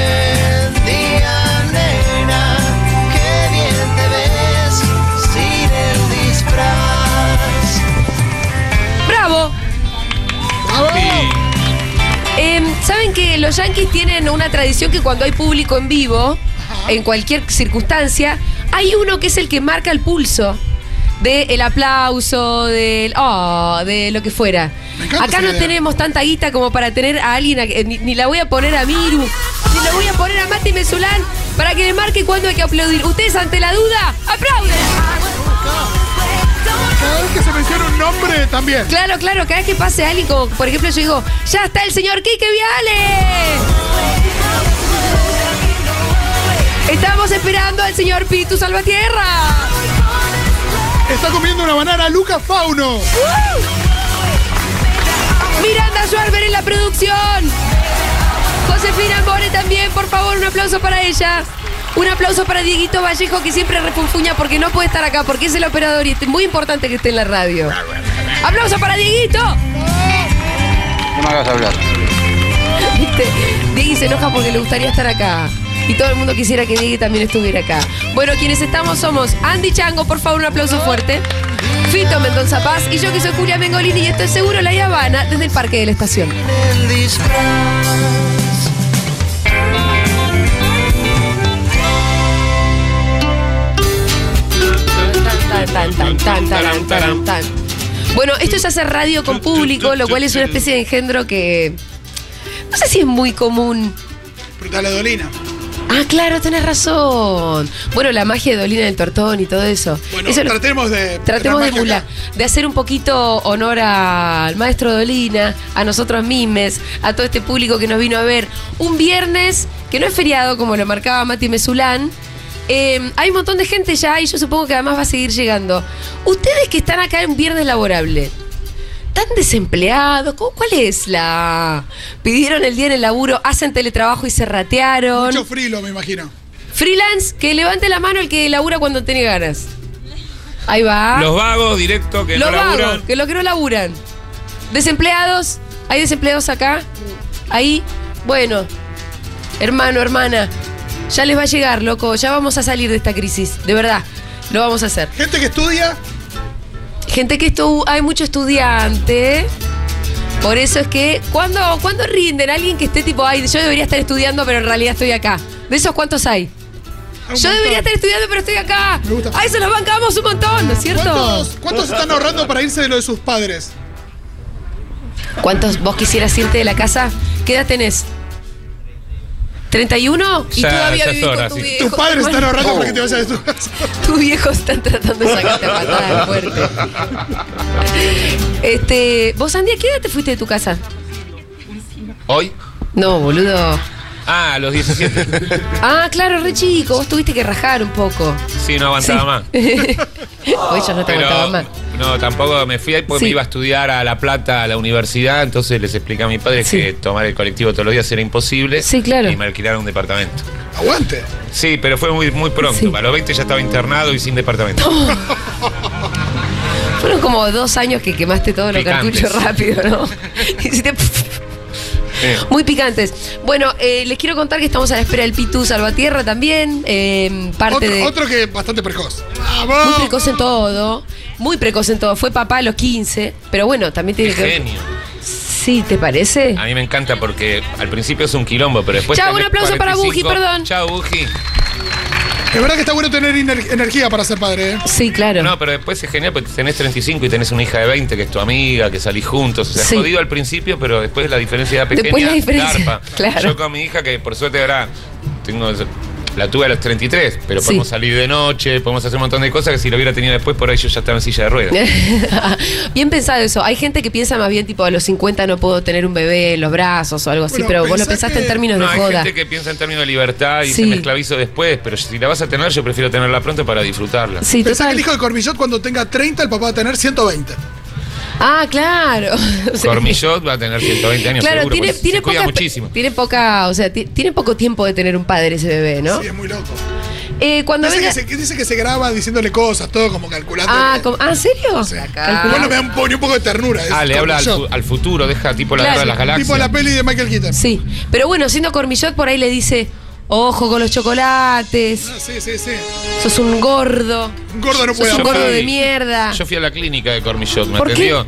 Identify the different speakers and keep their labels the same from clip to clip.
Speaker 1: Buen día, nena, qué bien te ves sin el disfraz.
Speaker 2: ¡Bravo! Em, Saben que los yankees tienen una tradición que cuando hay público en vivo, en cualquier circunstancia, hay uno que es el que marca el pulso del aplauso, del. oh, de lo que fuera.
Speaker 3: Me encanta
Speaker 2: Acá
Speaker 3: esa
Speaker 2: no
Speaker 3: idea.
Speaker 2: tenemos tanta guita como para tener a alguien, a- eh, ni, ni la voy a poner a Miru, ni la voy a poner a Mati Mesulán para que le marque cuando hay que aplaudir. Ustedes, ante la duda, aplauden.
Speaker 3: Cada vez que se menciona un nombre también.
Speaker 2: Claro, claro, cada vez que pase alguien, como por ejemplo yo digo, ya está el señor Quique Viale. Estamos esperando al señor Pitu Salvatierra.
Speaker 3: Está comiendo una banana Luca Fauno.
Speaker 2: Miranda Schwarber en la producción. Josefina More también, por favor, un aplauso para ella. Un aplauso para Dieguito Vallejo, que siempre refunfuña porque no puede estar acá, porque es el operador y es muy importante que esté en la radio. ¡Aplauso para Dieguito!
Speaker 4: No me hagas hablar.
Speaker 2: ¿Viste? Diegui se enoja porque le gustaría estar acá. Y todo el mundo quisiera que Diegui también estuviera acá. Bueno, quienes estamos somos Andy Chango, por favor, un aplauso fuerte. Fito Mendoza Paz y yo que soy Julia Mengolini y esto es Seguro La Habana desde el Parque de la Estación.
Speaker 1: El disfraz.
Speaker 2: Tan, tan, tan, tan, tan, tan. Bueno, esto es hacer radio con público, lo cual es una especie de engendro que no sé si es muy común.
Speaker 3: Frutale Dolina.
Speaker 2: Ah, claro, tenés razón. Bueno, la magia de Dolina del Tortón y todo eso.
Speaker 3: Bueno,
Speaker 2: Eso lo-
Speaker 3: tratemos de.
Speaker 2: Tratemos de
Speaker 3: magia
Speaker 2: emular,
Speaker 3: acá.
Speaker 2: de hacer un poquito honor al maestro Dolina, a nosotros mismes, a todo este público que nos vino a ver. Un viernes, que no es feriado, como lo marcaba Mati Mesulán. Eh, hay un montón de gente ya y yo supongo que además va a seguir llegando. Ustedes que están acá en viernes laborable, ¿están desempleados? ¿Cómo- ¿Cuál es la...? Pidieron el día en el laburo, hacen teletrabajo y se ratearon.
Speaker 3: Mucho frilo, me imagino.
Speaker 2: Freelance, que levante la mano el que labura cuando tiene ganas. Ahí va.
Speaker 5: Los vagos directo que
Speaker 2: Ah. Los
Speaker 5: no
Speaker 2: vagos,
Speaker 5: laburan.
Speaker 2: que los que no laburan. Desempleados, hay desempleados acá, ahí. Bueno, hermano, hermana, ya les va a llegar, loco. Ya vamos a salir de esta crisis, de verdad. Lo vamos a hacer.
Speaker 3: Gente que estudia,
Speaker 2: Gente que esto, hay mucho estudiante. Por eso es que, ¿cuándo, ¿cuándo rinden? Alguien que esté tipo, ay, yo debería estar estudiando, pero en realidad estoy acá. ¿De esos cuántos hay?
Speaker 3: Un
Speaker 2: Yo debería estar
Speaker 3: montón.
Speaker 2: estudiando, pero estoy acá.
Speaker 3: Me gusta.
Speaker 2: A eso los bancamos un montón, ¿no es cierto?
Speaker 3: ¿cuántos, ¿cuántos están ahorrando para irse de lo de sus padres?
Speaker 2: ¿Cuántos vos quisieras irte de la casa? ¿Qué edad tenés? ¿31? Y
Speaker 5: Ya-
Speaker 2: todavía
Speaker 5: ya es
Speaker 2: vivís con
Speaker 5: hora,
Speaker 2: tu
Speaker 5: sí.
Speaker 2: viejo.
Speaker 3: Tus padres están
Speaker 2: Eh, Bueno,
Speaker 3: ahorrando para que
Speaker 5: Oh.
Speaker 3: te vayas de tu casa.
Speaker 2: Tus viejos están tratando de sacarte a patada de fuerte. Este, vos, Andy, ¿a qué edad te fuiste de tu casa?
Speaker 5: Hoy.
Speaker 2: No, boludo.
Speaker 5: Ah, a los 17.
Speaker 2: Ah, claro, re chico. Vos tuviste que rajar un poco.
Speaker 5: Sí, no aguantaba más.
Speaker 2: O ellos no te
Speaker 5: Pero,
Speaker 2: aguantaban más.
Speaker 5: no, tampoco me fui ahí porque
Speaker 2: Sí.
Speaker 5: me iba a estudiar a La Plata, a la universidad. Entonces les expliqué a mi padre
Speaker 2: Sí.
Speaker 5: que tomar el colectivo todos los días era imposible.
Speaker 2: Sí, claro.
Speaker 5: Y me alquilaron un departamento.
Speaker 3: Aguante.
Speaker 5: Sí, pero fue muy, muy pronto.
Speaker 2: Sí.
Speaker 5: A los 20 ya estaba internado y sin departamento.
Speaker 2: Fueron como dos años que quemaste todos los
Speaker 5: Picantes.
Speaker 2: cartuchos rápido, ¿no? Hiciste
Speaker 5: Eh,
Speaker 2: Muy picantes. Bueno, eh, les quiero contar que estamos a la espera del Pitu Salvatierra también. eh, parte
Speaker 3: Otro,
Speaker 2: de.
Speaker 3: otro que bastante precoz.
Speaker 2: Muy
Speaker 3: ¡Vamos!
Speaker 2: precoz en todo. Muy precoz en todo. Fue papá a los 15. Pero bueno, también
Speaker 5: qué
Speaker 2: tiene que ver.
Speaker 5: genio.
Speaker 2: Sí, ¿te parece?
Speaker 5: A mí me encanta porque al principio es un quilombo, pero después.
Speaker 2: Chau,
Speaker 5: tenés
Speaker 2: un aplauso para
Speaker 5: 45.
Speaker 2: Buji, perdón.
Speaker 5: Chau, Buji.
Speaker 3: Es verdad que está bueno tener ener- energía para ser padre, ¿eh?
Speaker 2: Sí, claro.
Speaker 5: No, pero después es genial porque tenés 35 y tenés una hija de 20 que es tu amiga, que salís juntos. O sea,
Speaker 2: Sí.
Speaker 5: jodido al principio, pero después la diferencia de edad pequeña.
Speaker 2: Después la diferencia,
Speaker 5: garpa.
Speaker 2: claro.
Speaker 5: Yo con mi hija, que por suerte ahora tengo. La tuve a los 33, pero
Speaker 2: Sí.
Speaker 5: podemos salir de noche, podemos hacer un montón de cosas que si lo hubiera tenido después, por ahí yo ya estaba en silla de ruedas.
Speaker 2: bien pensado eso. Hay gente que piensa más bien, tipo, a los 50 no puedo tener un bebé en los brazos o algo así,
Speaker 3: Bueno,
Speaker 2: pero vos lo
Speaker 3: pensá
Speaker 2: pensaste en
Speaker 3: que-
Speaker 2: términos
Speaker 5: No,
Speaker 2: de
Speaker 5: hay
Speaker 2: joda.
Speaker 5: gente que piensa en términos de libertad y
Speaker 2: Sí.
Speaker 5: se me esclavizo después, pero si la vas a tener, yo prefiero tenerla pronto para disfrutarla.
Speaker 2: Sí,
Speaker 3: Pensá que
Speaker 2: total.
Speaker 3: el hijo de Cormillot cuando tenga 30, el papá va a tener 120.
Speaker 2: Ah, claro. Sí.
Speaker 5: Cormillot va a tener 120 años
Speaker 2: Claro,
Speaker 5: seguro,
Speaker 2: tiene,
Speaker 5: porque
Speaker 2: tiene
Speaker 5: se cuida
Speaker 2: poca,
Speaker 5: muchísimo.
Speaker 2: tiene poca, o sea, ti- tiene poco tiempo de tener un padre ese bebé, ¿no?
Speaker 3: Sí, es muy loco.
Speaker 2: Eh, cuando
Speaker 6: Dice
Speaker 2: venga.
Speaker 6: que, se, dice que se graba diciéndole cosas, todo como calculando.
Speaker 2: Ah, ¿cómo- ah, ¿en serio?
Speaker 6: Sí.
Speaker 2: Calculá.
Speaker 6: Bueno, me da un, po- ni un poco de ternura. es
Speaker 5: Ah, le
Speaker 6: como
Speaker 5: habla al,
Speaker 6: yo.
Speaker 5: fu- al futuro, deja tipo la
Speaker 2: Claro.
Speaker 5: guerra de las galaxias.
Speaker 6: Tipo la peli de Michael Keaton.
Speaker 2: Sí. Pero bueno, siendo Cormillot, por ahí le dice: Ojo con los chocolates,
Speaker 6: Ah, sí, sí, sí.
Speaker 2: sos un gordo.
Speaker 6: Un gordo no
Speaker 2: Sos
Speaker 6: puede
Speaker 2: un
Speaker 5: Yo
Speaker 6: hablar.
Speaker 2: gordo
Speaker 5: fui-
Speaker 2: de mierda.
Speaker 5: Yo fui a la clínica de Cormillot, ¿me
Speaker 2: Ah. ¿Por qué?
Speaker 5: atendió?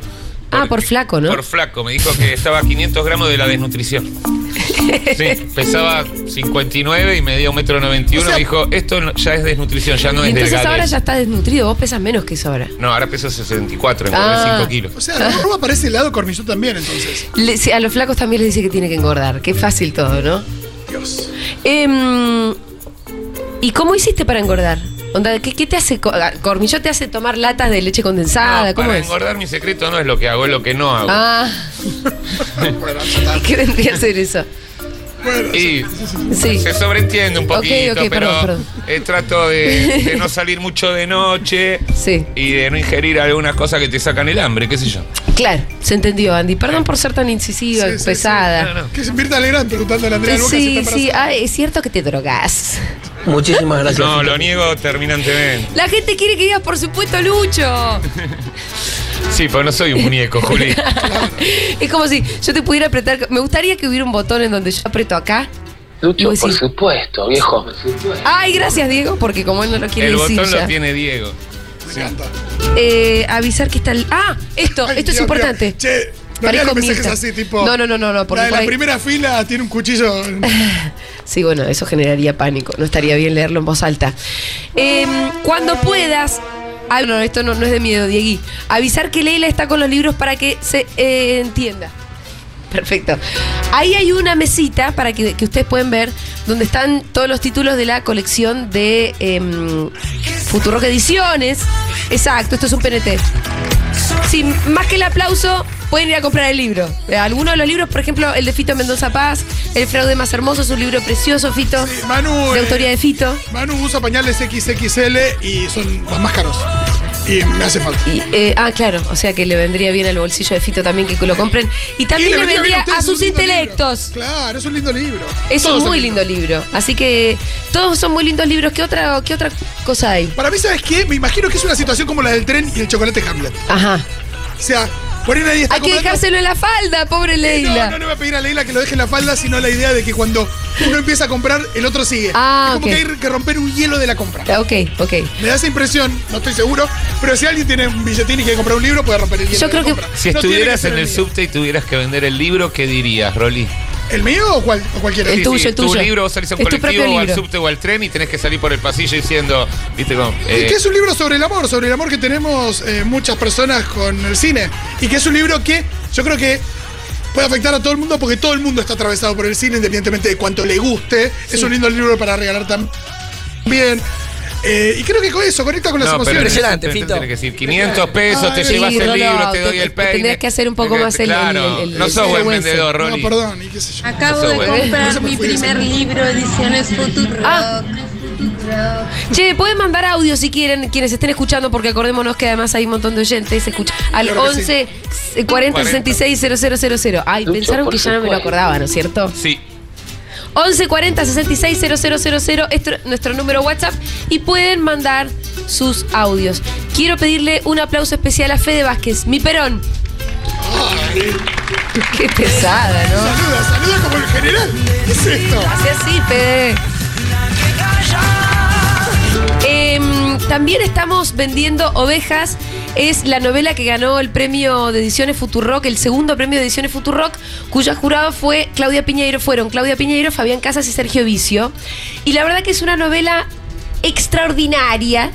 Speaker 2: Ah, por flaco, ¿no?
Speaker 5: Por flaco, me dijo que estaba a 500 gramos de la desnutrición. Sí, pesaba 59 y medía 1,91 metro noventa y uno,
Speaker 2: O sea-
Speaker 5: me dijo, esto no- ya es desnutrición, ya no
Speaker 2: y
Speaker 5: es
Speaker 2: entonces
Speaker 5: delgadez.
Speaker 2: ahora ya estás desnutrido, vos pesas menos que eso ahora.
Speaker 5: No, ahora peso 64, engordé
Speaker 2: Ah.
Speaker 5: 5 kilos.
Speaker 6: O sea, Roma parece el lado cormillón también, entonces.
Speaker 2: Le- sí, a los flacos también les dice que tiene que engordar. Qué fácil todo, ¿no?
Speaker 6: Dios.
Speaker 2: Em, ¿Y cómo hiciste para engordar? Onda, ¿qué, qué te hace? co- ah, ¿Cormillot te hace tomar latas de leche condensada?
Speaker 5: No,
Speaker 2: ¿Cómo
Speaker 5: para
Speaker 2: es?
Speaker 5: engordar mi secreto no es lo que hago, es lo que no hago.
Speaker 2: Ah,
Speaker 6: Bueno, ya está.
Speaker 2: ¿y ¿qué vendría a ser eso?
Speaker 6: Bueno,
Speaker 5: Y
Speaker 2: Sí.
Speaker 5: se sobreentiende un
Speaker 2: Ok,
Speaker 5: poquito,
Speaker 2: ok,
Speaker 5: pero
Speaker 2: perdón, perdón.
Speaker 5: eh, trato de, de no salir mucho de noche
Speaker 2: Sí.
Speaker 5: y de no ingerir algunas cosas que te sacan el hambre, qué sé yo.
Speaker 2: Claro, se entendió, Andy. Perdón por ser tan incisiva,
Speaker 6: Sí, sí,
Speaker 2: pesada.
Speaker 5: No, no.
Speaker 6: que se invierta Legrand preguntándole a Andrea Lucas si
Speaker 2: Sí,
Speaker 6: está
Speaker 2: sí,
Speaker 6: embarazada.
Speaker 2: ah, es cierto que te drogas.
Speaker 7: Muchísimas gracias.
Speaker 5: No, lo niego terminantemente.
Speaker 2: La gente quiere que digas, por supuesto, Lucho.
Speaker 5: Sí, pero no soy un muñeco, Juli.
Speaker 2: es como si yo te pudiera apretar. Me gustaría que hubiera un botón en donde yo aprieto acá. Y
Speaker 7: Lucho,
Speaker 2: vos
Speaker 7: por
Speaker 2: decís-
Speaker 7: supuesto, viejo.
Speaker 2: Ay, gracias, Diego, porque como él no lo quiere
Speaker 5: El
Speaker 2: decir
Speaker 5: botón
Speaker 2: ya.
Speaker 5: lo tiene Diego.
Speaker 2: ah,
Speaker 6: Me encanta.
Speaker 2: Eh, avisar que está. el- Ah, esto,
Speaker 6: Ay,
Speaker 2: esto es
Speaker 6: Dios mío.
Speaker 2: importante.
Speaker 6: Che, no leas
Speaker 2: Parezco
Speaker 6: los mensajes
Speaker 2: Mirta.
Speaker 6: así, tipo.
Speaker 2: No, no, no, no, no, porque
Speaker 6: la de
Speaker 2: por
Speaker 6: la
Speaker 2: ahí-
Speaker 6: primera fila tiene un cuchillo.
Speaker 2: Sí, bueno, eso generaría pánico. No estaría bien leerlo en voz alta. Eh, cuando puedas. Ah, no, esto no, no es de miedo, Diegui. Avisar que Leila está con los libros para que se eh, entienda. Perfecto. Ahí hay una mesita para que, que ustedes pueden ver donde están todos los títulos de la colección de em, Futurock Ediciones. Exacto, esto es un PNT. Sí, más que el aplauso, pueden ir a comprar el libro. Eh, Algunos de los libros, por ejemplo, el de Fito Mendoza Paz, El fraude más hermoso, es un libro precioso, Fito.
Speaker 6: Sí, Manu,
Speaker 2: de
Speaker 6: eh,
Speaker 2: autoría de Fito.
Speaker 6: Manu usa pañales XXL y son los más caros. Y me hace falta.
Speaker 2: Y, eh, ah, claro, o sea que le vendría bien al bolsillo de Fito también que lo compren. Y también
Speaker 6: Y
Speaker 2: le
Speaker 6: vendría bien
Speaker 2: vendría
Speaker 6: ustedes,
Speaker 2: a
Speaker 6: es un
Speaker 2: sus
Speaker 6: lindo
Speaker 2: intelectos.
Speaker 6: libro. Claro, es un lindo libro.
Speaker 2: Es
Speaker 6: Todos
Speaker 2: un
Speaker 6: son
Speaker 2: muy
Speaker 6: lindos.
Speaker 2: lindo libro. Así que todos son muy lindos libros. ¿Qué otra, qué otra cosa hay?
Speaker 6: Para mí, ¿sabes qué? Me imagino que es una situación como la del tren y el chocolate Hamlet.
Speaker 2: Ajá.
Speaker 6: O sea, por ahí nadie está
Speaker 2: Hay que
Speaker 6: comprando- Eh,
Speaker 2: dejárselo en la falda, pobre
Speaker 6: No,
Speaker 2: Leila.
Speaker 6: no le voy a pedir a Leila que lo deje en la falda, sino la idea de que cuando uno empieza a comprar, el otro sigue.
Speaker 2: Ah,
Speaker 6: es como
Speaker 2: ok.
Speaker 6: que hay que romper un hielo de la compra.
Speaker 2: Ah, Ok, ok.
Speaker 6: Me da esa impresión, no estoy seguro, pero si alguien tiene un billetín y quiere comprar un libro, puede romper el hielo.
Speaker 2: Yo
Speaker 6: de
Speaker 2: creo
Speaker 6: la
Speaker 2: que-
Speaker 6: compra.
Speaker 5: Si
Speaker 6: No tiene que
Speaker 5: estuvieras
Speaker 6: ser
Speaker 5: en el
Speaker 6: mío.
Speaker 5: subte y tuvieras que vender el libro, ¿qué dirías, Rolly?
Speaker 6: ¿El mío o, cual- o cualquiera?
Speaker 2: El
Speaker 5: Sí,
Speaker 2: tuyo,
Speaker 5: sí,
Speaker 2: el tuyo.
Speaker 5: Tu libro, vos salís a un
Speaker 2: Es tu
Speaker 5: colectivo
Speaker 2: propio
Speaker 5: o al
Speaker 2: libro.
Speaker 5: subte o al tren y tenés que salir por el pasillo diciendo, viste cómo.
Speaker 6: Y
Speaker 5: eh,
Speaker 6: que es un libro sobre el amor, sobre el amor que tenemos eh, muchas personas con el cine. Y que es un libro que yo creo que puede afectar a todo el mundo porque todo el mundo está atravesado por el cine, independientemente de cuánto le guste. Es un lindo libro para regalar también. Eh, y creo que con eso conecta con las
Speaker 5: no, pero
Speaker 6: emociones.
Speaker 7: Impresionante,
Speaker 5: en el subte
Speaker 7: Fito.
Speaker 5: tenés que decir 500 pesos, te
Speaker 6: Ay,
Speaker 5: llevas
Speaker 2: sí,
Speaker 5: el
Speaker 2: Rolo,
Speaker 5: libro, te
Speaker 2: te-
Speaker 5: doy el
Speaker 2: te
Speaker 5: peine.
Speaker 2: tendrías que hacer un poco
Speaker 5: Tenés-
Speaker 2: más el-
Speaker 5: Claro,
Speaker 2: el- el-
Speaker 5: no
Speaker 2: el
Speaker 5: sos buen
Speaker 2: vergüenza.
Speaker 5: vendedor,
Speaker 6: No,
Speaker 5: Rolly.
Speaker 6: perdón, y qué sé yo.
Speaker 8: Acabo
Speaker 5: Eso,
Speaker 8: de
Speaker 5: bueno.
Speaker 6: Eso
Speaker 8: comprar
Speaker 6: me
Speaker 8: mi
Speaker 6: fue
Speaker 8: primer
Speaker 6: diciendo.
Speaker 8: libro, ediciones Futurock.
Speaker 2: Ah. Che, pueden mandar audio si quieren, quienes estén escuchando, porque acordémonos que además hay un montón de oyentes. Escucha, al
Speaker 6: Claro que
Speaker 2: 11 40 66 000. Ay,
Speaker 7: Lucho,
Speaker 2: pensaron
Speaker 7: por
Speaker 2: que ya no me lo
Speaker 7: supuesto.
Speaker 2: acordaba, ¿no es cierto?
Speaker 5: Sí.
Speaker 2: 11 40 66 000 es tr- nuestro número WhatsApp y pueden mandar sus audios. Quiero pedirle un aplauso especial a Fede Vázquez, mi perón. Qué pesada, ¿no?
Speaker 6: Saluda, saluda como el general. ¿Qué es esto?
Speaker 2: Hace así, Fede. Em, también estamos vendiendo Ovejas. Es la novela que ganó el premio de ediciones Futurock, el segundo premio de ediciones Futurock, cuya jurado fue Claudia Piñeiro, fueron Claudia Piñeiro, Fabián Casas y Sergio Vicio. Y la verdad que es una novela extraordinaria,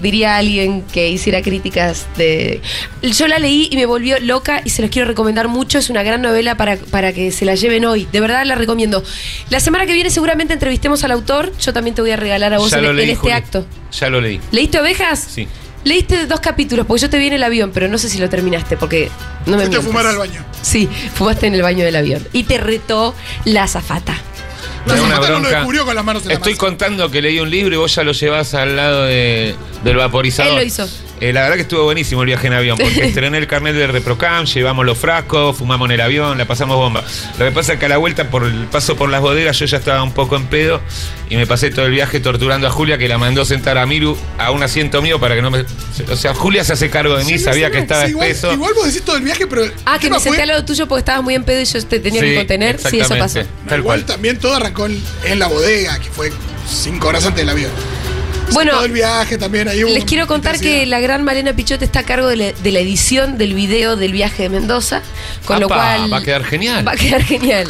Speaker 2: diría alguien que hiciera críticas de... Yo la leí y me volvió loca y se los quiero recomendar mucho. Es una gran novela para, para que se la lleven hoy. De verdad la recomiendo. La semana que viene seguramente entrevistemos al autor. Yo también te voy a regalar a vos
Speaker 5: Ya
Speaker 2: en,
Speaker 5: lo
Speaker 2: en
Speaker 5: leí.
Speaker 2: este
Speaker 5: Juli.
Speaker 2: acto.
Speaker 5: Ya lo leí.
Speaker 2: ¿Leíste Ovejas?
Speaker 5: Sí.
Speaker 2: Leíste dos capítulos, porque yo te vi en el avión, pero no sé si lo terminaste, porque no me
Speaker 6: Fuiste a
Speaker 2: mientas.
Speaker 6: fumar al baño.
Speaker 2: Sí, fumaste en el baño del avión. Y te retó la azafata.
Speaker 5: Me da
Speaker 6: Entonces,
Speaker 5: una
Speaker 6: Matano lo
Speaker 5: bronca.
Speaker 6: descubrió con las manos en la
Speaker 5: Estoy
Speaker 6: masa.
Speaker 5: contando que leí un libro y vos ya lo llevas al lado de- del vaporizador.
Speaker 2: Él lo hizo.
Speaker 5: Eh, la verdad que estuvo buenísimo el viaje en avión, porque estrené el carnet de ReproCam, llevamos los frascos, fumamos en el avión, la pasamos bomba. Lo que pasa es que a la vuelta, por el paso por las bodegas, yo ya estaba un poco en pedo y me pasé todo el viaje torturando a Julia, que la mandó sentar a Miru a un asiento mío para que no me. O sea, Julia se hace cargo de mí,
Speaker 3: Sí, no,
Speaker 5: sabía
Speaker 3: sí,
Speaker 5: que
Speaker 3: no.
Speaker 5: estaba
Speaker 3: Sí, igual,
Speaker 5: espeso.
Speaker 3: Igual vos decís todo el viaje, pero. el
Speaker 2: Ah, que
Speaker 3: tema
Speaker 2: me senté
Speaker 3: fue-
Speaker 2: al lado tuyo porque estabas muy en pedo y yo te tenía que
Speaker 5: Sí,
Speaker 2: contener. Sí, eso pasó.
Speaker 5: exactamente.
Speaker 3: No,
Speaker 5: Tal
Speaker 3: igual
Speaker 5: cual.
Speaker 3: también todo arrancó en, en la bodega, que fue cinco horas antes del avión. Sí,
Speaker 2: Bueno,
Speaker 3: Todo el viaje también ahí hubo
Speaker 2: Les quiero contar que
Speaker 3: intensidad.
Speaker 2: la gran Malena Pichot está a cargo de la, de la edición del video del viaje de Mendoza, con lo
Speaker 5: Apa,
Speaker 2: cual...
Speaker 5: va a quedar genial.
Speaker 2: Va a quedar genial.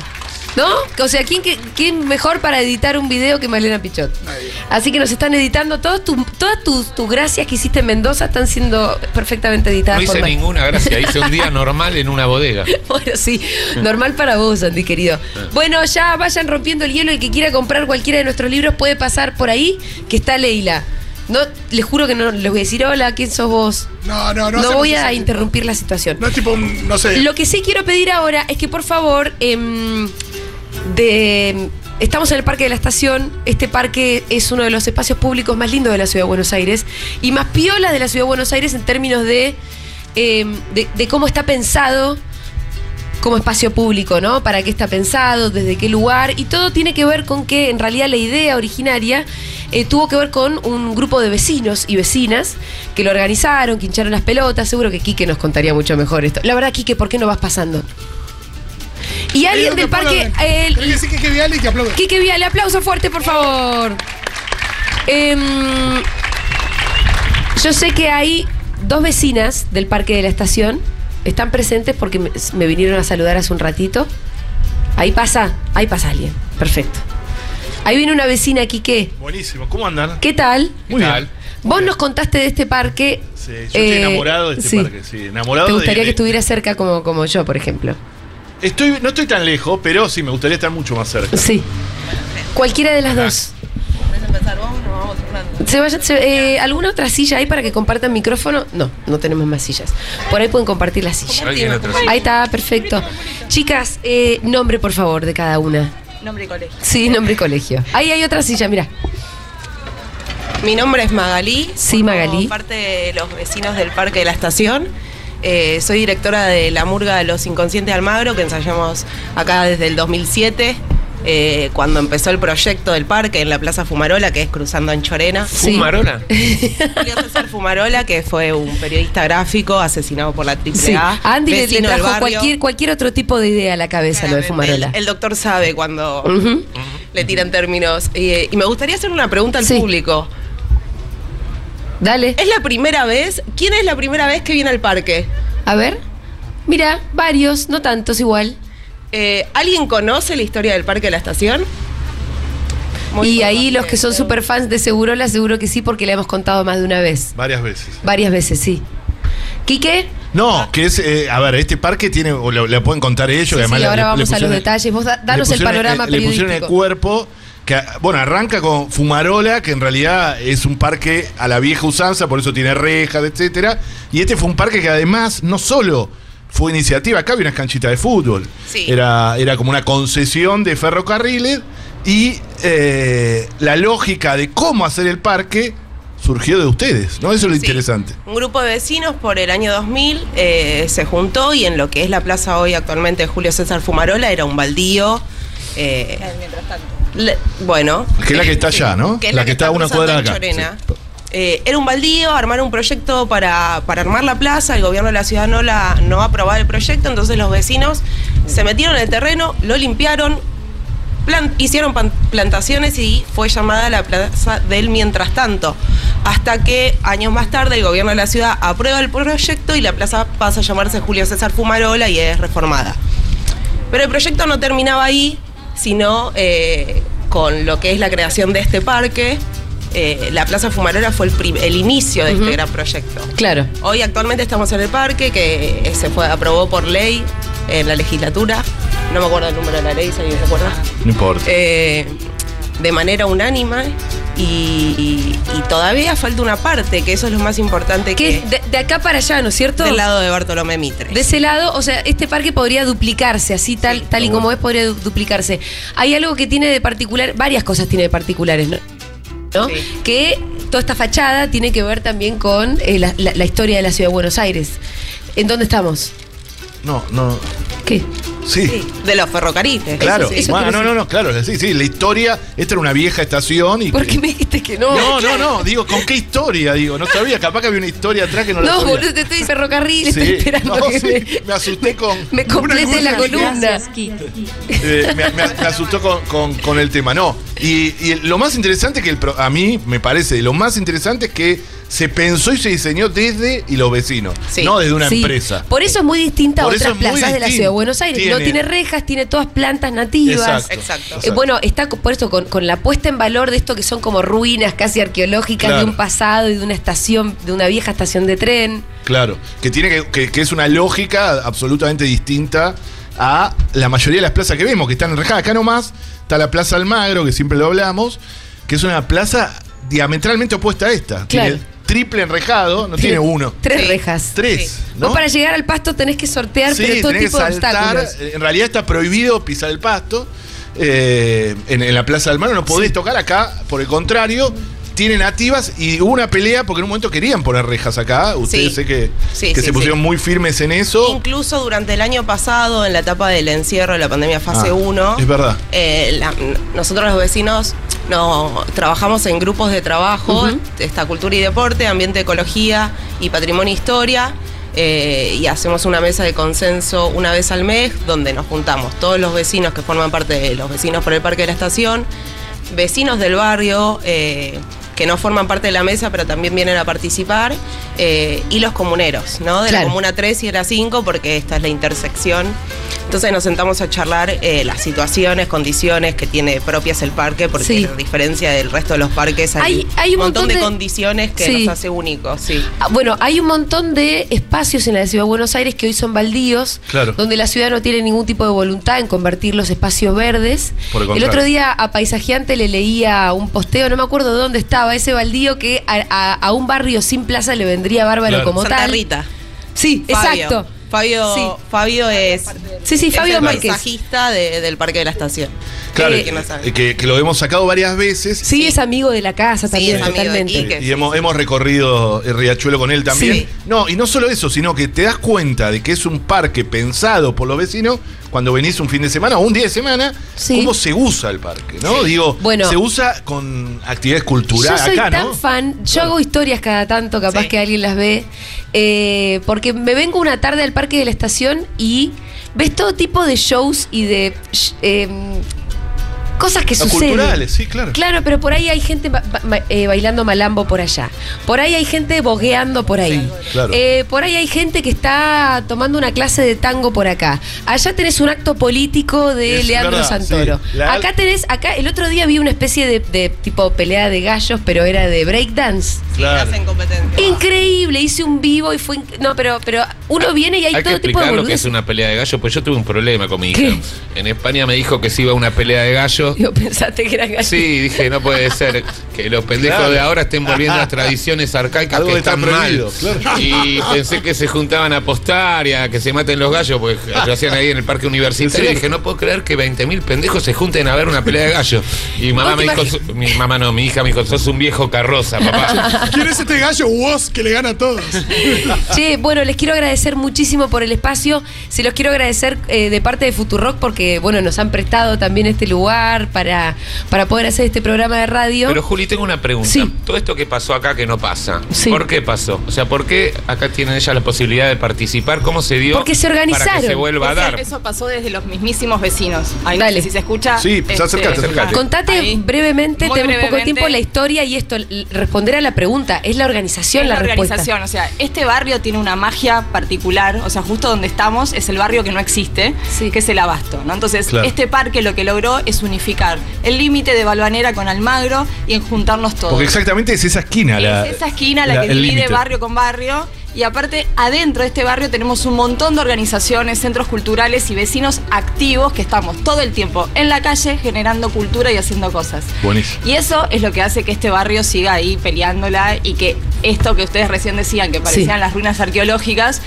Speaker 2: ¿No? O sea, ¿quién, que- quién mejor para editar un video que Malena Pichot?
Speaker 3: Nadie.
Speaker 2: Así que nos están editando, todos tus- todas tus, tus gracias que hiciste en Mendoza están siendo perfectamente editadas
Speaker 5: No
Speaker 2: por
Speaker 5: hice
Speaker 2: Malena.
Speaker 5: ninguna gracia, hice un día normal en una bodega.
Speaker 2: Bueno, sí, normal para vos, Andy, querido. Bueno, ya vayan rompiendo el hielo. El que quiera comprar cualquiera de nuestros libros puede pasar por ahí, que está Leila. No, les juro que no les voy a decir hola, ¿quién sos vos?
Speaker 3: No, no, no.
Speaker 2: No,
Speaker 3: hacemos
Speaker 2: voy
Speaker 3: eso,
Speaker 2: a
Speaker 3: tipo,
Speaker 2: interrumpir la situación.
Speaker 3: No es tipo un. No sé.
Speaker 2: Lo que sí quiero pedir ahora es que por favor, em, de, estamos en el Parque de la Estación. Este parque es uno de los espacios públicos más lindos de la Ciudad de Buenos Aires y más piolas de la Ciudad de Buenos Aires en términos de, em, de- de cómo está pensado como espacio público, ¿no? Para qué está pensado, desde qué lugar, y todo tiene que ver con que en realidad la idea originaria eh, tuvo que ver con un grupo de vecinos y vecinas que lo organizaron, que hincharon las pelotas, seguro que Quique nos contaría mucho mejor esto. La verdad, Quique, ¿por qué no vas pasando? Y alguien del parque, el-
Speaker 3: Creo que sí que es vial y que aplaude.
Speaker 2: Quique Viale, aplauso fuerte, por favor. Em, yo sé que hay dos vecinas del Parque de la Estación. Están presentes porque me, me vinieron a saludar hace un ratito. Ahí pasa, ahí pasa alguien. Perfecto. Ahí viene una vecina, Quique.
Speaker 6: Buenísimo, ¿cómo andan?
Speaker 2: ¿Qué tal?
Speaker 6: Muy
Speaker 5: ¿Qué
Speaker 6: bien.
Speaker 5: tal?
Speaker 2: Vos nos contaste de este parque.
Speaker 6: Sí, yo
Speaker 2: eh,
Speaker 6: estoy enamorado de este
Speaker 2: sí.
Speaker 6: parque, sí, enamorado
Speaker 2: Te
Speaker 6: de-
Speaker 2: gustaría
Speaker 6: de-
Speaker 2: que estuviera cerca como, como yo, por ejemplo.
Speaker 6: Estoy, no estoy tan lejos, pero sí, me gustaría estar mucho más cerca.
Speaker 2: Sí. Cualquiera de las dos. ¿Se vayan- se- eh, ¿Alguna otra silla ahí para que compartan micrófono? No, no tenemos más sillas. Por ahí pueden compartir las sillas.
Speaker 5: Alguien otro.
Speaker 2: Ahí está, perfecto. Chicas, eh, nombre por favor de cada una.
Speaker 9: Nombre y colegio.
Speaker 2: Sí, nombre y colegio. Ahí hay otra silla, mira.
Speaker 9: Mi nombre es Magalí.
Speaker 2: Sí, Magalí.
Speaker 9: Soy parte de los vecinos del Parque de la Estación. Eh, soy directora de la Murga de los Inconscientes de Almagro, que ensayamos acá desde el 2007, eh, cuando empezó el proyecto del parque en la Plaza Fumarola, que es cruzando en Chorena.
Speaker 2: Sí.
Speaker 5: ¿Fumarola?
Speaker 9: Julio César Fumarola, que fue un periodista gráfico asesinado por la AAA.
Speaker 2: Sí. A Andy le- le,
Speaker 9: vecino del
Speaker 2: trajo
Speaker 9: barrio.
Speaker 2: cualquier, cualquier otro tipo de idea a la cabeza lo de Fumarola.
Speaker 9: El, el doctor sabe cuando
Speaker 2: Ujú.
Speaker 9: le tiran términos. Eh, y me gustaría hacer una pregunta al
Speaker 2: Sí.
Speaker 9: público.
Speaker 2: Dale.
Speaker 9: Es la primera vez. ¿Quién es la primera vez que viene al parque?
Speaker 2: A ver. Mira, varios, no tantos igual.
Speaker 9: Eh, ¿Alguien conoce la historia del Parque de la Estación? Muy
Speaker 2: y ahí
Speaker 9: importante.
Speaker 2: los que son super fans de Segurola, seguro que sí, porque la hemos contado más de una vez.
Speaker 6: Varias veces.
Speaker 2: Varias veces, sí. Quique,
Speaker 6: No, que es, eh, a ver, este parque tiene, o lo, lo pueden contar ellos,
Speaker 2: Sí,
Speaker 6: además
Speaker 2: sí,
Speaker 6: le-
Speaker 2: ahora
Speaker 6: le
Speaker 2: vamos a
Speaker 6: pusieron
Speaker 2: los detalles. Vos da- danos
Speaker 6: le
Speaker 2: el panorama
Speaker 6: eh, Le pusieron el
Speaker 2: periodístico.
Speaker 6: cuerpo, que bueno, arranca con Fumarola, que en realidad es un parque a la vieja usanza, por eso tiene rejas, etcétera. Y este fue un parque que además no solo fue iniciativa, acá había unas canchitas de fútbol.
Speaker 9: Sí.
Speaker 6: Era, era como una concesión de ferrocarriles y eh, la lógica de cómo hacer el parque surgió de ustedes, ¿no? Eso es lo
Speaker 9: Sí.
Speaker 6: interesante.
Speaker 9: Un grupo de vecinos por el año 2000 eh, se juntó y en lo que es la plaza hoy actualmente de Julio César Fumarola era un baldío. eh, le- bueno.
Speaker 6: Que es la que está allá, ¿no?
Speaker 9: Que es la, que, está,
Speaker 6: a una
Speaker 9: cruzando
Speaker 6: cuadra de
Speaker 9: en
Speaker 6: acá.
Speaker 9: Chorena.
Speaker 6: Sí.
Speaker 9: Eh, era un baldío, armar un proyecto para, para armar la plaza, el gobierno de la ciudad no, la, no aprobaba el proyecto, entonces los vecinos se metieron en el terreno, lo limpiaron, plan- hicieron pan- plantaciones y fue llamada la plaza del mientras tanto, hasta que años más tarde el gobierno de la ciudad aprueba el proyecto y la plaza pasa a llamarse Julio César Fumarola y es reformada. Pero el proyecto no terminaba ahí, sino eh, con lo que es la creación de este parque. Eh, la Plaza Fumarola fue el, prim- el inicio de este gran proyecto.
Speaker 2: claro.
Speaker 9: Hoy actualmente estamos en el parque que eh, se fue, aprobó por ley en la legislatura. No me acuerdo el número de la ley, si alguien se acuerda.
Speaker 6: No importa.
Speaker 9: Eh, de manera unánime y, y todavía falta una parte, que eso es lo más importante
Speaker 2: Que
Speaker 9: que,
Speaker 2: es de, de acá para allá, ¿no es cierto?
Speaker 9: del lado de Bartolomé Mitre.
Speaker 2: De ese lado, o sea, este parque podría duplicarse, así tal, tal y como es, podría du- duplicarse. Hay algo que tiene de particular, varias cosas tiene de particulares, ¿no? ¿No?
Speaker 9: Sí.
Speaker 2: Que toda esta fachada tiene que ver también con eh, la, la- la historia de la ciudad de Buenos Aires. ¿En dónde estamos?
Speaker 6: No, no.
Speaker 2: ¿Qué?
Speaker 6: Sí.
Speaker 9: Sí, de los ferrocarriles.
Speaker 6: Claro,
Speaker 2: Eso sí, eso
Speaker 6: Bueno,
Speaker 2: quiero
Speaker 6: no, no, no, claro, sí, sí, la historia, esta era una vieja estación y...
Speaker 2: ¿Por qué me dijiste que no?
Speaker 6: No, no, no, digo, ¿con qué historia? Digo, no sabía, capaz que había una historia atrás que no, la
Speaker 2: No,
Speaker 6: sabía.
Speaker 2: boludo, te estoy ferrocarril,
Speaker 6: Sí,
Speaker 2: estoy esperando
Speaker 6: no,
Speaker 2: que
Speaker 6: sí,
Speaker 2: me,
Speaker 6: me asusté con...
Speaker 2: me complete la columna.
Speaker 6: Eh, me, me- me asustó con, con- con el tema, no. Y, y lo más interesante que el pro- a mí me parece, lo más interesante es que se pensó y se diseñó desde y los vecinos,
Speaker 9: Sí.
Speaker 6: no desde una
Speaker 2: Sí,
Speaker 6: empresa.
Speaker 2: Por eso es muy distinta
Speaker 6: Por
Speaker 2: a
Speaker 6: eso
Speaker 2: otras
Speaker 6: es muy
Speaker 2: plazas de la
Speaker 6: distinto.
Speaker 2: ciudad de Buenos Aires. no
Speaker 6: Tiene-
Speaker 2: tiene rejas, tiene todas plantas nativas.
Speaker 6: Exacto.
Speaker 9: Exacto.
Speaker 2: Eh, bueno, está co- por esto, con, con la puesta en valor de esto que son como ruinas casi arqueológicas de
Speaker 6: Claro.
Speaker 2: un pasado y de una estación, de una vieja estación de tren.
Speaker 6: Claro, que tiene que, que- que es una lógica absolutamente distinta a la mayoría de las plazas que vemos, que están enrejadas. Acá nomás está la Plaza Almagro, que siempre lo hablamos, que es una plaza diametralmente opuesta a esta.
Speaker 2: Claro.
Speaker 6: Tiene triple enrejado, no tiene uno.
Speaker 2: Tres
Speaker 9: Sí.
Speaker 2: rejas.
Speaker 6: Tres,
Speaker 9: Sí.
Speaker 6: ¿no?
Speaker 2: Vos para llegar al pasto tenés que sortear
Speaker 6: Sí,
Speaker 2: pero todo
Speaker 6: tenés que
Speaker 2: tipo de
Speaker 6: saltar.
Speaker 2: obstáculos.
Speaker 6: En realidad está prohibido pisar el pasto. eh, en, en la Plaza del Mar no podés tocar acá, por el contrario, tienen nativas y hubo una pelea porque en un momento querían poner rejas acá. Ustedes
Speaker 9: Sí.
Speaker 6: sé que,
Speaker 9: Sí,
Speaker 6: que
Speaker 9: sí,
Speaker 6: se
Speaker 9: sí.
Speaker 6: pusieron muy firmes en eso.
Speaker 9: Incluso durante el año pasado, en la etapa del encierro de la pandemia fase
Speaker 6: Ah,
Speaker 9: 1,
Speaker 6: es verdad.
Speaker 9: eh, la- nosotros los vecinos no, trabajamos en grupos de trabajo,
Speaker 2: Ujú.
Speaker 9: está cultura y deporte, ambiente, ecología y patrimonio e historia. eh, y hacemos una mesa de consenso una vez al mes, donde nos juntamos todos los vecinos que forman parte de los vecinos por el Parque de la Estación, vecinos del barrio eh, que no forman parte de la mesa, pero también vienen a participar, eh, y los comuneros, ¿no? De
Speaker 2: Claro.
Speaker 9: la comuna 3 y de la 5, porque esta es la intersección. Entonces nos sentamos a charlar eh, las situaciones, condiciones que tiene propias el parque, porque
Speaker 2: Sí.
Speaker 9: a diferencia del resto de los parques hay,
Speaker 2: Hay- hay un montón
Speaker 9: de,
Speaker 2: de-
Speaker 9: condiciones que
Speaker 2: Sí.
Speaker 9: nos hace únicos. Sí.
Speaker 2: Ah, Bueno, hay un montón de espacios en la ciudad de Buenos Aires que hoy son baldíos,
Speaker 6: Claro.
Speaker 2: donde la ciudad no tiene ningún tipo de voluntad en convertir los espacios verdes.
Speaker 6: Por el
Speaker 2: el
Speaker 6: contrario.
Speaker 2: otro día a Paisajeante le leía un posteo, no me acuerdo dónde estaba, ese baldío que a, a- a un barrio sin plaza le vendría bárbaro
Speaker 6: Claro.
Speaker 2: como
Speaker 9: Santa
Speaker 2: tal.
Speaker 9: Rita.
Speaker 2: Sí,
Speaker 9: Fabio.
Speaker 2: exacto.
Speaker 9: Fabio,
Speaker 2: Sí.
Speaker 9: Fabio es,
Speaker 2: Sí, sí,
Speaker 9: es
Speaker 2: Fabio
Speaker 9: el
Speaker 2: Márquez.
Speaker 9: paisajista de- del Parque de la Estación.
Speaker 6: Claro,
Speaker 9: Eh, que no sabe.
Speaker 6: eh, que, que lo hemos sacado varias veces.
Speaker 2: Sí, es amigo de la casa
Speaker 9: Sí,
Speaker 2: también,
Speaker 9: es amigo de
Speaker 2: totalmente.
Speaker 9: Quique.
Speaker 6: Y hemos, hemos recorrido el riachuelo con él también.
Speaker 9: Sí.
Speaker 6: No, y no solo eso, sino que te das cuenta de que es un parque pensado por los vecinos cuando venís un fin de semana o un día de semana,
Speaker 2: Sí.
Speaker 6: cómo se usa el parque, ¿no? Digo,
Speaker 2: Bueno.
Speaker 6: se usa con actividades
Speaker 2: Yo
Speaker 6: culturales
Speaker 2: soy
Speaker 6: acá,
Speaker 2: tan
Speaker 6: ¿no?
Speaker 2: fan, yo hago historias cada tanto, capaz
Speaker 9: Sí.
Speaker 2: que alguien las ve, eh, porque me vengo una tarde al parque de la estación y ves todo tipo de shows y de sh- em, cosas que
Speaker 6: Ah,
Speaker 2: suceden.
Speaker 6: culturales, sí, claro.
Speaker 2: Claro, pero por ahí hay gente ba- ba- ma- eh, bailando malambo por allá. Por ahí hay gente bogueando por ahí.
Speaker 6: Claro.
Speaker 2: Eh, por ahí hay gente que está tomando una clase de tango por acá. Allá tenés un acto político de
Speaker 6: Es
Speaker 2: Leandro
Speaker 6: verdad,
Speaker 2: Santoro.
Speaker 6: sí. La-
Speaker 2: Acá tenés, acá el otro día vi una especie de, de tipo pelea de gallos, pero era de breakdance.
Speaker 6: Claro.
Speaker 9: Hacen competencia.
Speaker 2: Increíble, hice un vivo y fue. inc- No, pero, pero uno viene y hay,
Speaker 5: Hay que
Speaker 2: todo tipo de
Speaker 5: explicar lo que
Speaker 2: boludeces.
Speaker 5: es una pelea de gallos, pues yo tuve un problema con mi hija.
Speaker 2: ¿Qué?
Speaker 5: En España me dijo que se iba a una pelea de gallos.
Speaker 2: Digo, pensaste que eran gallos.
Speaker 5: Sí, dije, no puede ser que los pendejos
Speaker 6: Claro.
Speaker 5: de ahora estén volviendo a tradiciones arcaicas
Speaker 6: Algo
Speaker 5: que
Speaker 6: que está
Speaker 5: están mal.
Speaker 6: prohibido, claro.
Speaker 5: Y pensé que se juntaban a apostar y a que se maten los gallos, pues lo hacían ahí en el parque universitario.
Speaker 6: Sí.
Speaker 5: Y dije, no puedo creer que 20.000 pendejos se junten a ver una pelea de gallos. Y mamá
Speaker 2: ¿Vos
Speaker 5: me
Speaker 2: te
Speaker 5: dijo, su- mi mamá no, mi hija me dijo, sos un viejo carroza, papá.
Speaker 3: ¿Quién es este gallo vos que le gana a todos?
Speaker 2: Che, bueno, les quiero agradecer muchísimo por el espacio. Se los quiero agradecer eh, de parte de Futurock porque, bueno, nos han prestado también este lugar para, para poder hacer este programa de radio.
Speaker 5: Pero Juli, tengo una pregunta.
Speaker 2: Sí.
Speaker 5: Todo esto que pasó acá que no pasa,
Speaker 2: Sí.
Speaker 5: ¿por qué pasó? O sea, ¿por qué acá tienen ellas la posibilidad de participar? ¿Cómo se dio?
Speaker 2: Porque se
Speaker 5: Para que se
Speaker 2: organizaron.
Speaker 5: vuelva a
Speaker 10: Porque
Speaker 5: dar.
Speaker 10: Eso pasó desde los mismísimos vecinos. Ahí no
Speaker 2: Dale.
Speaker 10: sé si se escucha. Este,
Speaker 6: Sí, pues, acércate, acércate.
Speaker 2: Contate
Speaker 10: Ahí.
Speaker 2: brevemente,
Speaker 10: Muy
Speaker 2: tenemos poco
Speaker 10: brevemente.
Speaker 2: tiempo, la historia y esto, l- responder a la pregunta. Es la organización
Speaker 10: Es
Speaker 2: la,
Speaker 10: la
Speaker 2: respuesta.
Speaker 10: organización, o sea, este barrio tiene una magia particular, o sea, justo donde estamos es el barrio que no existe,
Speaker 2: Sí.
Speaker 10: que es el Abasto, ¿no? Entonces,
Speaker 6: Claro.
Speaker 10: este parque lo que logró es unificar el límite de Balvanera con Almagro y en juntarnos todos.
Speaker 6: Porque exactamente es esa esquina. la,
Speaker 10: es esa esquina la, que
Speaker 6: el
Speaker 10: divide
Speaker 6: límite.
Speaker 10: barrio con barrio. Y aparte, adentro de este barrio tenemos un montón de organizaciones, centros culturales y vecinos activos que estamos todo el tiempo en la calle generando cultura y haciendo cosas.
Speaker 6: Buenísimo.
Speaker 10: Y eso es lo que hace que este barrio siga ahí peleándola y que esto que ustedes recién decían, que parecían
Speaker 2: Sí.
Speaker 10: las ruinas arqueológicas,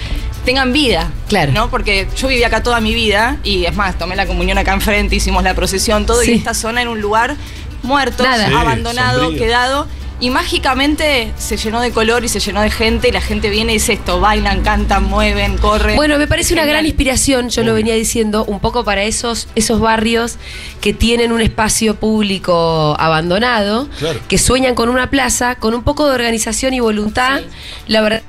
Speaker 10: tengan vida.
Speaker 2: Claro.
Speaker 10: ¿no? Porque yo viví acá toda mi vida y es más, tomé la comunión acá enfrente, hicimos la procesión, todo,
Speaker 2: Sí.
Speaker 10: y esta zona en un lugar muerto,
Speaker 2: Nada.
Speaker 6: Sí,
Speaker 10: abandonado,
Speaker 6: sombrío.
Speaker 10: quedado. Y mágicamente se llenó de color y se llenó de gente y la gente viene y dice esto, bailan, cantan, mueven, corren.
Speaker 2: Bueno, me parece una gran
Speaker 10: Genial.
Speaker 2: inspiración, yo lo venía diciendo, un poco para esos, esos barrios que tienen un espacio público abandonado,
Speaker 6: Claro.
Speaker 2: que sueñan con una plaza, con un poco de organización y voluntad. La verdad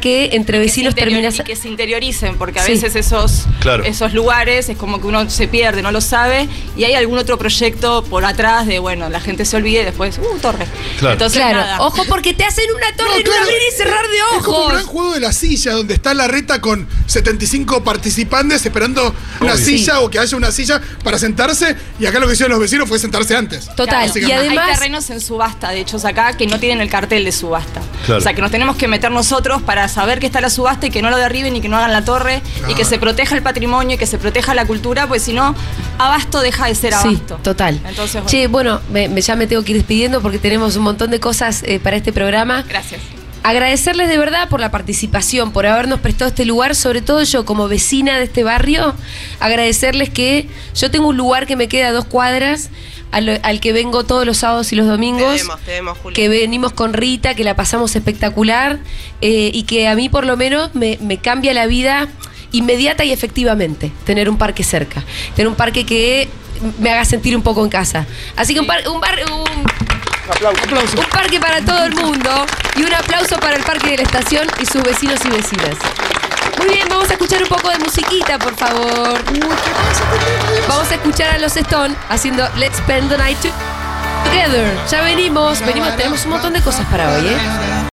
Speaker 2: que entre
Speaker 10: que se
Speaker 2: vecinos
Speaker 10: interior-
Speaker 2: terminas...
Speaker 10: y que se interioricen, porque a
Speaker 2: Sí.
Speaker 10: veces esos,
Speaker 6: Claro.
Speaker 10: esos lugares es como que uno se pierde, no lo sabe, y hay algún otro proyecto por atrás de, bueno, la gente se olvide y después, uh, torre.
Speaker 6: Claro.
Speaker 10: Entonces,
Speaker 2: Claro,
Speaker 10: nada.
Speaker 2: ojo porque te hacen una torre
Speaker 3: No,
Speaker 2: en
Speaker 3: claro.
Speaker 2: un abrir y cerrar de
Speaker 3: Es como un gran
Speaker 2: ojos.
Speaker 3: juego de la silla, donde está la reta con 75 participantes esperando una
Speaker 6: Obvio.
Speaker 3: silla o que haya una silla para sentarse. Y acá lo que hicieron los vecinos fue sentarse antes.
Speaker 2: Total,
Speaker 10: Claro.
Speaker 2: y
Speaker 10: Hay
Speaker 2: además...
Speaker 10: terrenos en subasta, de hecho, acá que no tienen el cartel de subasta.
Speaker 6: Claro.
Speaker 10: O sea, que nos tenemos que meter nosotros para saber que está la subasta y que no lo derriben y que no hagan la torre y que se proteja el patrimonio y que se proteja la cultura, pues si no, abasto deja de ser
Speaker 2: Sí,
Speaker 10: abasto.
Speaker 2: total.
Speaker 10: Entonces, bueno,
Speaker 2: Che, bueno, me- me- ya me tengo que ir despidiendo porque tenemos un montón de cosas eh, para este programa.
Speaker 10: gracias.
Speaker 2: Agradecerles de verdad por la participación, por habernos prestado este lugar, sobre todo yo como vecina de este barrio, agradecerles que yo tengo un lugar que me queda a dos cuadras, al, al que vengo todos los sábados y los domingos,
Speaker 9: Te vemos, te vemos, Juli.
Speaker 2: que venimos con Rita, que la pasamos espectacular eh, y que a mí por lo menos me, me cambia la vida inmediata y efectivamente, tener un parque cerca, tener un parque que me haga sentir un poco en casa. Así que un, par- un, bar- un un parque para todo el mundo y un aplauso para el Parque de la Estación y sus vecinos y vecinas. Muy bien, vamos a escuchar un poco de musiquita, por favor. Vamos a escuchar a los Stone haciendo Let's Spend the Night to- Together. Ya venimos, venimos, tenemos un montón de cosas para hoy, ¿eh?